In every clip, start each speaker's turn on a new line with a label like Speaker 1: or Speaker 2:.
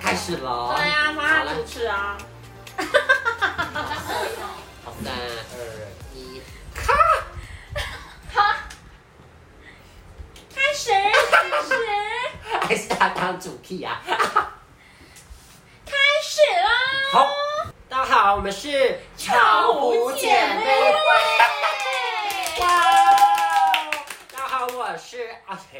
Speaker 1: 开始了。
Speaker 2: 对呀、啊，
Speaker 1: 好
Speaker 2: 帮他
Speaker 1: 了
Speaker 2: 主，持啊。
Speaker 1: 好，三二一，
Speaker 2: 开始，开始，
Speaker 1: 还是他当主 key 啊。
Speaker 2: 开始哦啦！
Speaker 1: 好，大家好，我们是
Speaker 2: 巧虎姐妹
Speaker 1: 会哇哦！大家好，我是阿晨。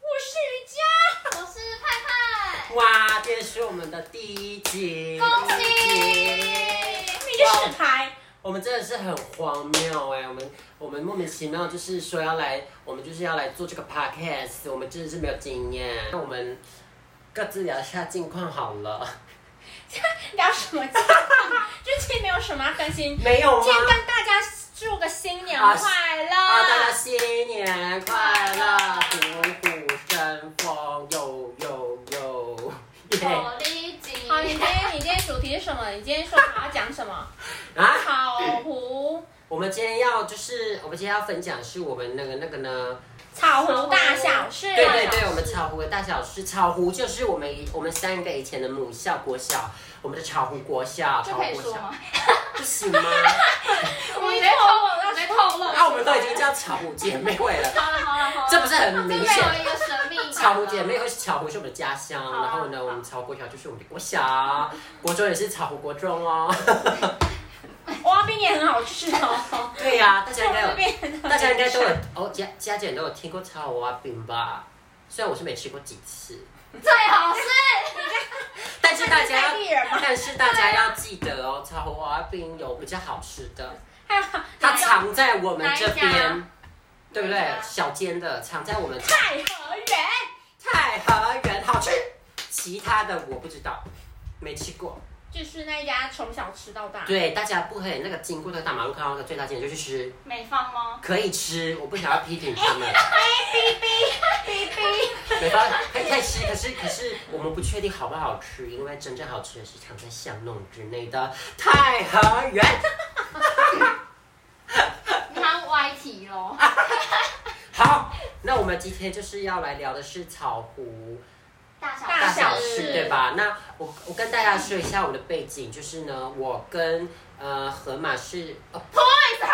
Speaker 2: 我是瑜伽，
Speaker 3: 我是派
Speaker 1: 哇，这是我们的第一集，
Speaker 3: 恭喜
Speaker 1: 第一集
Speaker 2: 你的屎 牌。
Speaker 1: 我们真的是很荒谬哎、我们我们莫名其妙就是说要来，我们就是要来做这个 podcast，我们真的是没有经验。那我们各自聊一下近况好了，
Speaker 2: 聊什么？最近没有什么要更新，
Speaker 1: 没有吗？
Speaker 2: 先跟大家祝个新年
Speaker 1: 啊
Speaker 2: 快乐！
Speaker 1: 啊，大家新年快乐，虎虎生风，呦呦呦，耶、
Speaker 3: 派，我立即。
Speaker 2: 好，你今天你今天主题是什么？你今天说好要讲什么？
Speaker 1: 啊！
Speaker 2: 巧虎，
Speaker 1: 我们今天要就是，我们今天要分享是我们那个那个呢，
Speaker 2: 草湖大小事。
Speaker 1: 对对对，我们草湖的大小是草湖，就是我们我们三个以前的母校国校，我们的草湖国校，
Speaker 3: 这
Speaker 1: 草湖
Speaker 3: 可以
Speaker 1: 国
Speaker 3: 说
Speaker 1: 校
Speaker 3: 吗？
Speaker 1: 不 行吗？
Speaker 2: 我
Speaker 3: 我
Speaker 2: 们
Speaker 3: 没
Speaker 2: 没
Speaker 3: 透
Speaker 2: 透
Speaker 3: 露
Speaker 2: 露，要
Speaker 3: 没透露。
Speaker 1: 那、我们都已经叫草湖姐妹会了，
Speaker 3: 好了好了好了，
Speaker 1: 这不是很
Speaker 3: 哦这
Speaker 1: 明
Speaker 3: 没
Speaker 1: 显？
Speaker 3: 有一个神秘感了。
Speaker 1: 巧湖姐妹会是巧湖是我们的家乡，
Speaker 3: 啊
Speaker 1: 然后呢，
Speaker 3: 好
Speaker 1: 我们草国小就是我们的国小，国中也是草湖国中 哦。
Speaker 2: 哇冰也很好吃哦。
Speaker 1: 对呀、大家应该
Speaker 2: 这
Speaker 1: 有，
Speaker 2: 边
Speaker 1: 大家应该都有哦，家家姐都有听过炒娃饼吧？虽然我是没吃过几次，
Speaker 3: 最好是
Speaker 1: 但是大家
Speaker 2: 那你是在地人吗
Speaker 1: 要，但是大家要记得哦，炒娃饼有比较好吃的，
Speaker 2: 还有
Speaker 1: 它藏在我们这
Speaker 3: 啊哪一
Speaker 1: 边，对不
Speaker 3: 哪
Speaker 1: 对
Speaker 3: 一家？
Speaker 1: 小间的藏在我们
Speaker 2: 太和园，
Speaker 1: 太和园好吃，其他的我不知道，没吃过。
Speaker 2: 就是那一家从小吃到大。
Speaker 1: 对，大家不可以那个经过那个大马路看到那个最大间就去吃，
Speaker 3: 美放吗？
Speaker 1: 可以吃，我不想要批评他 们。
Speaker 3: 哎
Speaker 2: 哔哔，
Speaker 1: 没办法，可以可以吃，可是可是我们不确定好不好吃，因为真正好吃的是藏在巷弄之内的太和园。
Speaker 3: 你好像歪题喽。
Speaker 1: 好，那我们今天就是要来聊的是草湖
Speaker 3: 大小
Speaker 1: 大
Speaker 2: 大
Speaker 1: 小
Speaker 2: 事
Speaker 1: 事，对吧？那我我跟大家说一下我的背景，就是呢，我跟呃河马是哦
Speaker 3: 河马，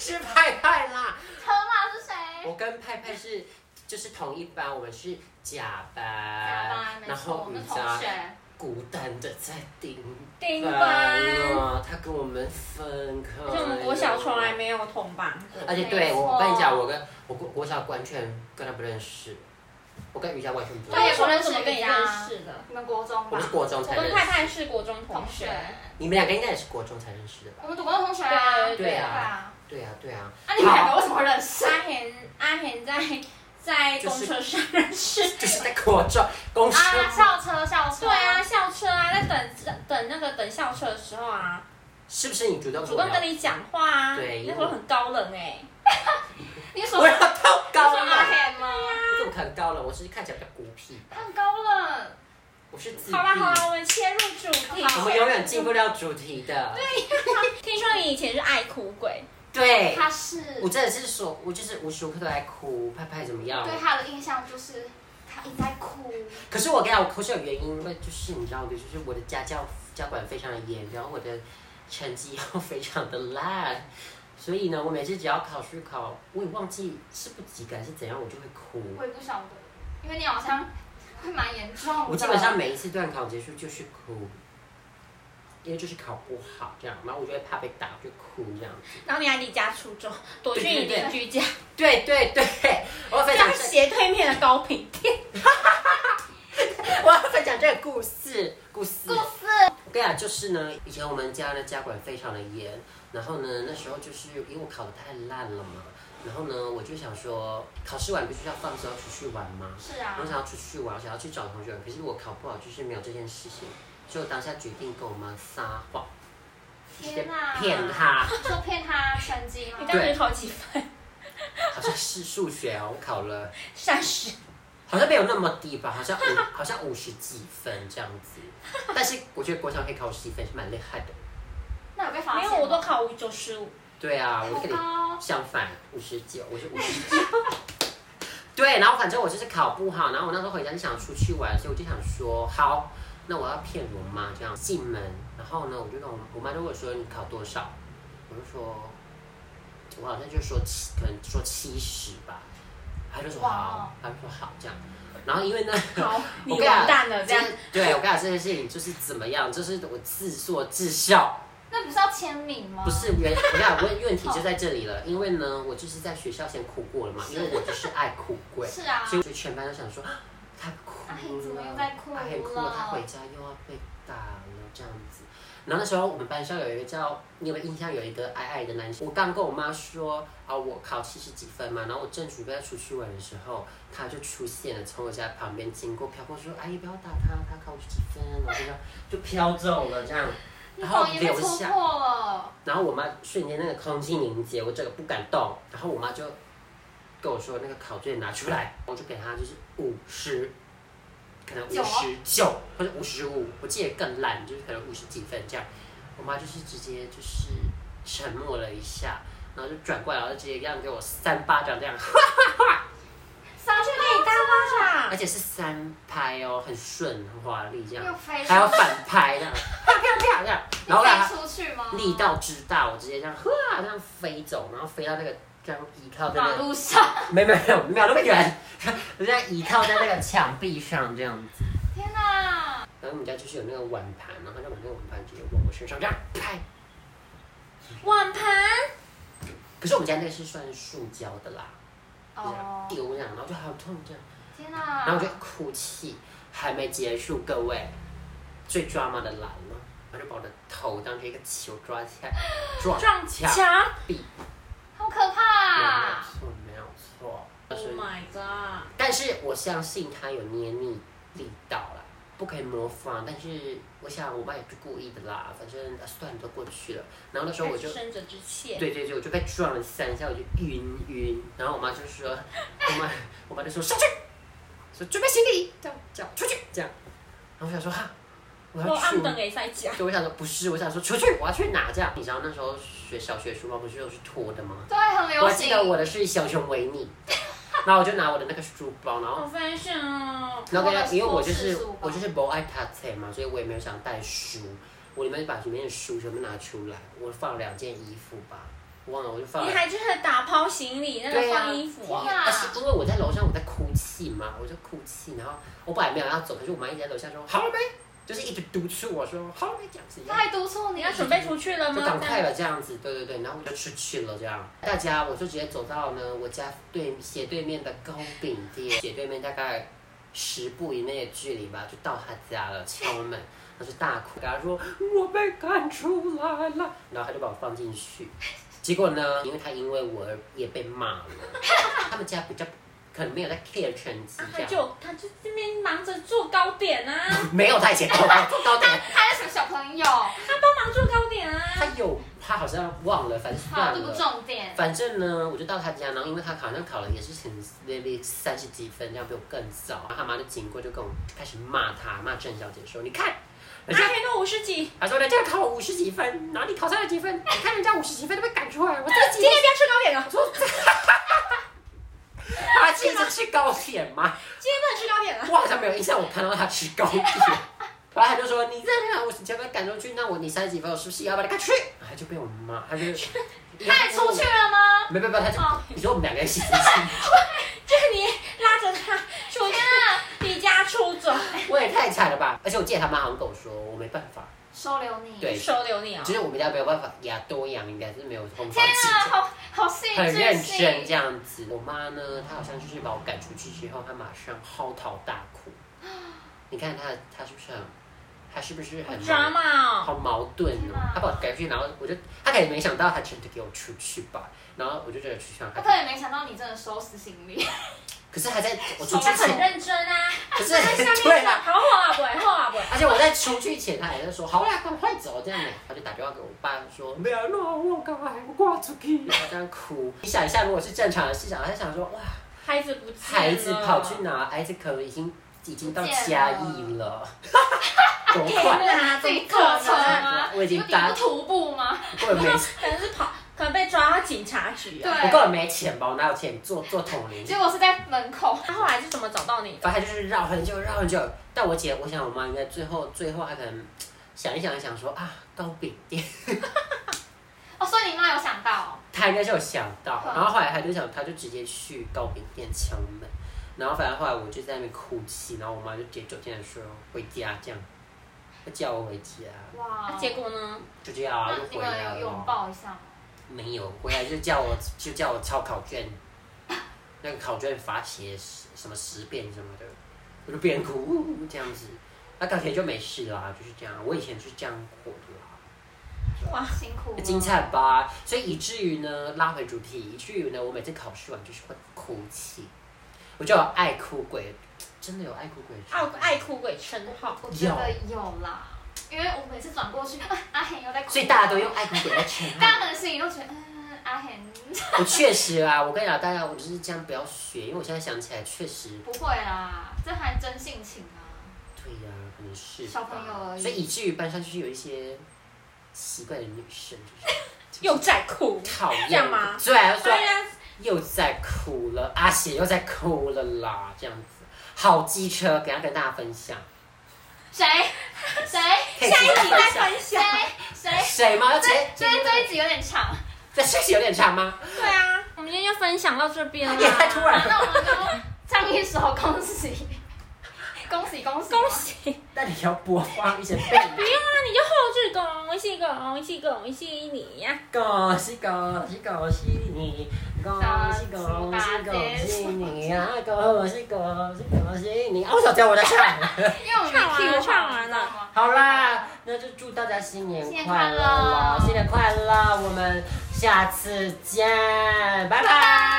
Speaker 1: 是派派啦，
Speaker 3: 河马是谁？
Speaker 1: 我跟派派是就是同一班，我们是甲班，
Speaker 3: 加班，没
Speaker 1: 然
Speaker 3: 错，我
Speaker 1: 后
Speaker 3: 们
Speaker 1: 你知
Speaker 3: 同
Speaker 1: 道
Speaker 3: 学。
Speaker 1: 孤单的在顶
Speaker 2: 丁
Speaker 1: 班
Speaker 2: 班。
Speaker 1: 了，啊他跟我们分开，
Speaker 2: 而且我们国小从来。没有同班过。
Speaker 1: 而且对
Speaker 3: 没错
Speaker 1: 我跟你讲，我跟我国国小完全跟他不认识，我跟瑜伽完全不
Speaker 3: 对
Speaker 1: 认
Speaker 3: 呀
Speaker 1: 识，
Speaker 2: 我们怎么跟你认识的？
Speaker 3: 你们国中吧
Speaker 1: 我们是？国中
Speaker 2: 我
Speaker 1: 才认
Speaker 2: 跟派
Speaker 1: 识，
Speaker 2: 派是国中同
Speaker 3: 同
Speaker 2: 学
Speaker 3: 学，，
Speaker 1: 你们两个应该也是国中才认识的吧？
Speaker 3: 我们读高中同学啊。
Speaker 2: 对
Speaker 1: 对
Speaker 3: 对
Speaker 1: 啊，
Speaker 3: 啊。
Speaker 1: 对啊，对啊。
Speaker 3: 那你们两
Speaker 1: 好
Speaker 3: 个为什么会认识？
Speaker 2: 阿贤阿贤在在公车上认识。
Speaker 1: 就是在国中公司，
Speaker 3: 啊，校车，校车。
Speaker 2: 对啊，，校车啊，在等等那个等校车的时候啊，
Speaker 1: 是不是你主动
Speaker 2: 主
Speaker 1: 跟我
Speaker 2: 动
Speaker 1: 聊
Speaker 2: 跟？你讲话啊，
Speaker 1: 对
Speaker 2: 那时候很高冷哎，
Speaker 3: 你属
Speaker 1: 我要到高
Speaker 3: 你属
Speaker 2: 啊
Speaker 3: 阿
Speaker 1: 冷，
Speaker 3: 黑吗？
Speaker 1: 我怎么可能高冷？我是看起来比较孤僻吧，
Speaker 3: 很高冷。
Speaker 1: 我是自闭，
Speaker 2: 好啦好啦，
Speaker 1: 我
Speaker 2: 我们切入主题。
Speaker 1: 们永远进不了主题的。
Speaker 2: 听说你以前是爱哭鬼，
Speaker 1: 对，
Speaker 3: 他是
Speaker 1: 我真的是说，我就是无时无刻都在哭，拍拍怎么样？
Speaker 3: 对他的印象就是他一直在哭，
Speaker 1: 可是我跟你讲，我哭是有原因，因为就是你知道的，就是我的家教家管非常的严，然后我的成绩又非常的烂，所以呢，我每次只要考试考，我也忘记是不及格还是怎样，我就会哭。
Speaker 3: 我也不晓得，因为你好像会蛮严重的。
Speaker 1: 我基本上每一次段考结束就是哭，因为就是考不好这样，然后我就会怕被打，就哭这样子。
Speaker 2: 然后你还离家出走，躲去你邻居家，
Speaker 1: 对对对，我要分享
Speaker 2: 像
Speaker 1: 这，
Speaker 2: 斜对面的高频店。
Speaker 1: 我要分享这个故事，故事，
Speaker 3: 故事
Speaker 1: 我跟你讲，就是呢，以前我们家的家管非常的严，然后呢，那时候就是因为我考的太烂了嘛，然后呢，我就想说，考试完必须要放松，要出去玩嘛。
Speaker 3: 是啊
Speaker 1: 然后，想要出去玩，想要去找同学玩，可是我考不好，就是没有这件事情，所以我当下决定跟我妈撒谎，
Speaker 3: 天哪，
Speaker 1: 骗，她，
Speaker 3: 就骗他啊成绩吗
Speaker 2: 你？当时考几分？
Speaker 1: 好像是数学哦，我考了，
Speaker 2: 三十。
Speaker 1: 好像没有那么低吧，好像五，好像五十几分这样子，但是我觉得国小可以考五十几分是蛮厉害的。
Speaker 3: 那有被发
Speaker 2: 没
Speaker 3: 现
Speaker 2: 有，
Speaker 3: 吗？
Speaker 2: 我都考五九十五。
Speaker 1: 对啊，我就跟你
Speaker 3: 好高
Speaker 1: 相反，五十九，我是五十九。对，然后反正我就是考不好，然后我那时候回家就想出去玩，所以我就想说，好，那我要骗我妈这样进门，然后呢，我就跟我我妈就问说你考多少，我就说，我好像就说七，可能说七十吧，她就说
Speaker 3: 哇
Speaker 1: 好，她就说好这样，然后因为呢。
Speaker 2: 好，你
Speaker 1: 我跟你讲
Speaker 2: 完蛋了，这样
Speaker 1: 这对我跟你讲这件事情就是怎么样，就是我自作自受，
Speaker 3: 那不是要签名吗？
Speaker 1: 不是原我跟你讲问问题就在这里了，因为呢，我就是在学校先哭过了嘛，因为我就是爱哭 鬼，
Speaker 3: 是啊，
Speaker 1: 所以我就全班都想说，啊他哭了，
Speaker 3: 阿黑怎么又在哭了
Speaker 1: 阿黑哭了，他回家又要被打了这样子。然后那时候我们班上有一个叫，你有没有印象？有一个矮矮的男生，我刚跟我妈说啊，我考七十几分嘛，然后我正准备要出去玩的时候，他就出现了，从我家旁边经过，飘过说，阿姨不要打他，他考五十几分，然后就这样就飘走了这样，
Speaker 3: 你
Speaker 1: 然后
Speaker 3: 谎言被
Speaker 1: 留
Speaker 3: 戳
Speaker 1: 下。
Speaker 3: 破了，
Speaker 1: 然后我妈瞬间那个空气凝结，我这个不敢动。然后我妈就跟我说那个考卷拿出来，我就给她就是五十，可能五
Speaker 3: 九
Speaker 1: 十九或者五十五，我记得更烂，就是可能五十几分这样。我妈就是直接就是沉默了一下，然后就转过来，然后就直接这样给我三巴掌这样，
Speaker 3: 上去
Speaker 2: 你大巴
Speaker 1: 而
Speaker 2: 掌，
Speaker 1: 且是三拍哦，很顺很华丽这样
Speaker 3: 又，飞出
Speaker 1: 还要反拍这样，啪啪啪这样，然后
Speaker 3: 又
Speaker 1: 后来她
Speaker 3: 飞出去吗？
Speaker 1: 力道之大，我直接这样哗这样飞走，然后飞到那个这样依靠在
Speaker 3: 马
Speaker 1: 那个，
Speaker 3: 路上，
Speaker 1: 没没没有没有那么远，我这样依靠在那个墙壁上这样子。
Speaker 3: 天哪！
Speaker 1: 然后我们家就是有那个碗盘，然后他就把那个碗盘直接往我身上这样拍。
Speaker 2: 碗盘，
Speaker 1: 可是我们家那个是算塑胶的啦，就这样
Speaker 3: 哦，
Speaker 1: 丢这样，然后就好痛这样，
Speaker 3: 天哪！
Speaker 1: 然后我就哭泣，还没结束，各位，最抓马的来了，他就把我的头当成一个球抓起来，撞
Speaker 2: 撞
Speaker 1: 墙
Speaker 2: 墙
Speaker 1: 壁，
Speaker 3: 好可怕
Speaker 1: 没有
Speaker 3: 啊！
Speaker 1: 错，没有错。
Speaker 2: ，Oh my god，
Speaker 1: 但是我相信他有捏力力道啦，不可以模仿。但是我想我妈也不是故意的啦，反正啊算了都过去了。然后那时候我就
Speaker 2: 生者之切，
Speaker 1: 对对对，我就被撞了三下，我就晕晕。然后我妈就说， 我妈我妈就说上去，说准备行李，这样这样出去这样。然后我想说哈，我要
Speaker 2: 我
Speaker 1: 去
Speaker 2: 暗。等也在讲，
Speaker 1: 对，我想说不是，我想说出去，我要去哪这样？你知道那时候学小学书包不是都是拖的吗？
Speaker 3: 对，很流
Speaker 1: 我记得
Speaker 3: 行。
Speaker 1: 我的是小熊维尼，然后我就拿我的那个书包，然后
Speaker 2: 好 fashion 哦，
Speaker 1: 然后跟他
Speaker 3: 我，的
Speaker 1: 因为
Speaker 3: 硕
Speaker 1: 我就
Speaker 3: 士
Speaker 1: 是
Speaker 3: 书包
Speaker 1: 我就是不爱读册嘛，所以我也没有想带书，我里面把里面的书全部拿出来，我放了两件衣服吧，我忘了，我就放
Speaker 2: 你
Speaker 1: 了。
Speaker 2: 还就是打抛行李那
Speaker 1: 对
Speaker 2: 个
Speaker 1: 呀、
Speaker 2: 放衣服
Speaker 1: 天
Speaker 2: 哦，
Speaker 1: 啊！而且因为我在楼上我在哭泣嘛，我就哭泣，然后我本来没有要走，可是我妈一直在楼下说好了没，就是一直督促我说好了没这样子。
Speaker 3: 他还督促
Speaker 2: 你
Speaker 3: 你
Speaker 2: 要准备出去了
Speaker 1: 就
Speaker 2: 吗？
Speaker 1: 赶快了这样子，对对对，然后我就出去了这样。大家我就直接走到呢我家对斜对面的糕饼店，斜对面大概十步以内的距离吧，就到他家了，敲门，他就大哭，跟他说我被赶出来了，然后他就把我放进去。结果呢，因为他因为我而也被骂了，他们家比较可能没有在 care 成绩
Speaker 2: 啊，
Speaker 1: 这
Speaker 2: 他
Speaker 1: 样，
Speaker 2: 就他就这边忙着做糕点啊，
Speaker 1: 没有 在以前高高点，
Speaker 3: 他是什么小朋友？
Speaker 2: 他帮忙做糕点
Speaker 1: 他
Speaker 2: 啊，
Speaker 1: 有他好像忘了，反正
Speaker 3: 好，
Speaker 1: 算
Speaker 3: 这不
Speaker 1: 了。
Speaker 3: 重点。
Speaker 1: 反正呢，我就到他家，然后因为他好像考了也是很 maybe 三十几分，这样比我更早。然后他妈就经过，就跟我就开始骂他，骂郑小姐说：“你看，人家
Speaker 2: 阿黑都五十几，
Speaker 1: 他说人家考了五十几分，然后你考三十几分，你看人家五十几分都被赶出来，我自己
Speaker 2: 今 天不要吃糕点了，
Speaker 1: 他记得吃高铁吗？
Speaker 2: 今天不能吃糕点了。
Speaker 1: 我好像没有印象，我看到他吃高铁。”然后他就说：“你这样，我前面赶出去，那我你三十几分，我是不是也要把你赶出去？”他就被我骂， 他就
Speaker 3: 他还出去，了吗？
Speaker 1: 没没没，他就
Speaker 3: 哦
Speaker 1: 你说我们两个一起出去。
Speaker 2: 就是你拉着他出去离家出走，
Speaker 1: 我也太惨了吧！而且我记得他妈好像跟我说，我没办法，
Speaker 3: 收留你。
Speaker 1: 对
Speaker 2: 收留你啊、
Speaker 1: 就是我们家没有办法养多养，应该是没有红
Speaker 3: 天哪，
Speaker 1: 法起，
Speaker 3: 好好戏剧性。
Speaker 1: 很认真这样子。我妈呢，她好像就是把我赶出去之后，她马上嚎啕大哭。 你看她，她是不是很，她是不是很矛
Speaker 2: 抓嘛、哦，
Speaker 1: 好矛盾
Speaker 3: 天
Speaker 1: 哦
Speaker 3: 哪？
Speaker 1: 她把我赶出去，然后我就，她可能没想到她真的给我出去吧，然后我就真的出去让
Speaker 3: 他
Speaker 1: 她
Speaker 3: 可。能没想到你真的收拾行李，
Speaker 1: 可是还在我出去
Speaker 2: 他很
Speaker 1: 前，
Speaker 2: 认真啊，
Speaker 1: 可是
Speaker 2: 他在下
Speaker 1: 哎对
Speaker 2: 面
Speaker 1: 啦
Speaker 2: 说，好好啊，不会，好啊，不会。
Speaker 1: 而且我在出去前，他还在说：“好啦，赶快走。”这样呢，他就打电话给我爸说：“没有那我赶快我挂出去。”然后这样哭。你想一下，如果是正常的市场，他想说：“哇，
Speaker 2: 孩子不见了
Speaker 1: 孩子跑去哪？孩子可能已经已经到嘉义了，多
Speaker 2: 天
Speaker 1: 快！
Speaker 2: 哪，
Speaker 3: 自
Speaker 2: 怎
Speaker 3: 己
Speaker 2: 么
Speaker 3: 坐
Speaker 2: 可
Speaker 3: 车
Speaker 2: 能？
Speaker 3: 吗？
Speaker 1: 我已经
Speaker 3: 你不
Speaker 1: 搭
Speaker 3: 徒步吗？
Speaker 1: 我也没
Speaker 2: 啊可能是跑，可可能被抓到警察局啊。
Speaker 1: 我根
Speaker 3: 对，
Speaker 1: 本没钱吧？我哪有钱做做统领？
Speaker 3: 结果是在门口，
Speaker 2: 他后来是怎么找到你的？
Speaker 1: 反正就是绕很久，绕很久。但我姐，我想我妈应该最后最后她可能想一想，想说啊，糕饼店，
Speaker 3: 哦，所以你妈有想到
Speaker 1: 她应该是有想到。
Speaker 3: 嗯
Speaker 1: 然后后来她就想，她就直接去糕饼店敲门。然后反正后来我就在那边哭泣，然后我妈就直接走进来说回家这样，她叫我回家，
Speaker 3: 哦，哇
Speaker 2: 啊结果呢？
Speaker 1: 就这样啊
Speaker 3: 那
Speaker 1: 就
Speaker 3: 你
Speaker 1: 回来
Speaker 3: 们
Speaker 1: 了。
Speaker 3: 有拥抱一下吗？
Speaker 1: 没有，回来就叫我就叫我抄考卷，那个考卷罚写十什么十遍什么的，我就边哭呜呜这样子。那考前就没事啦，就是这样。我以前是这样过的
Speaker 2: 哇，
Speaker 3: 辛苦了
Speaker 1: 啦，精彩吧？所以以至于呢，拉回主题，以至于呢，我每次考试完就是会哭泣，我就有爱哭鬼，真的有爱哭鬼。
Speaker 2: 爱哦爱哭鬼称号。
Speaker 3: 我觉得有啦，因为我每次转过去，啊阿henn 又在哭，
Speaker 1: 所以大家都用爱哭鬼来 称号。
Speaker 3: 大家的心里都觉得，嗯，阿 henn
Speaker 1: 我确实啊，我跟你讲，大家我就是这样不要学，因为我现在想起来确实
Speaker 3: 不会啦，这还真性情啊。
Speaker 1: 对呀、可能是
Speaker 3: 小
Speaker 1: 吧
Speaker 3: 朋友而已
Speaker 1: 所以以至于班上就是有一些奇怪的女生，就是
Speaker 2: 又在哭，
Speaker 1: 就是讨厌
Speaker 2: 这样吗
Speaker 1: 对啊，
Speaker 2: 虽
Speaker 1: 说
Speaker 2: 然
Speaker 1: 又在哭了，阿喜又在哭了啦，这样子，好机车，等一下跟大家分享，
Speaker 3: 谁 谁
Speaker 1: 可以
Speaker 2: 下一集再
Speaker 1: 分享
Speaker 2: 分
Speaker 3: 谁
Speaker 2: 享。
Speaker 3: 谁？
Speaker 1: 谁吗？要直接
Speaker 3: 这这一集有点长，
Speaker 1: 这休息有点长吗？
Speaker 2: 对啊，我们今天就分享到这边
Speaker 1: 也太哎突
Speaker 2: 啦。
Speaker 1: 然了。
Speaker 3: 那我们就唱一首恭喜， 恭喜恭喜
Speaker 2: 恭！喜！
Speaker 1: 那你要播放一些背景
Speaker 2: 不用啊，你就后置恭喜恭喜恭喜你呀、
Speaker 1: 恭喜恭喜恭喜你，恭喜恭喜恭喜你啊！恭喜恭喜恭喜你！啊，我想叫我在唱。
Speaker 3: 因为我们
Speaker 2: 唱完
Speaker 3: Q
Speaker 2: 了唱完了
Speaker 3: 了，
Speaker 1: 好啦，那就祝大家新年快乐啦！新
Speaker 3: 新
Speaker 1: 年快乐，我们下次见，拜
Speaker 3: 拜
Speaker 1: 拜。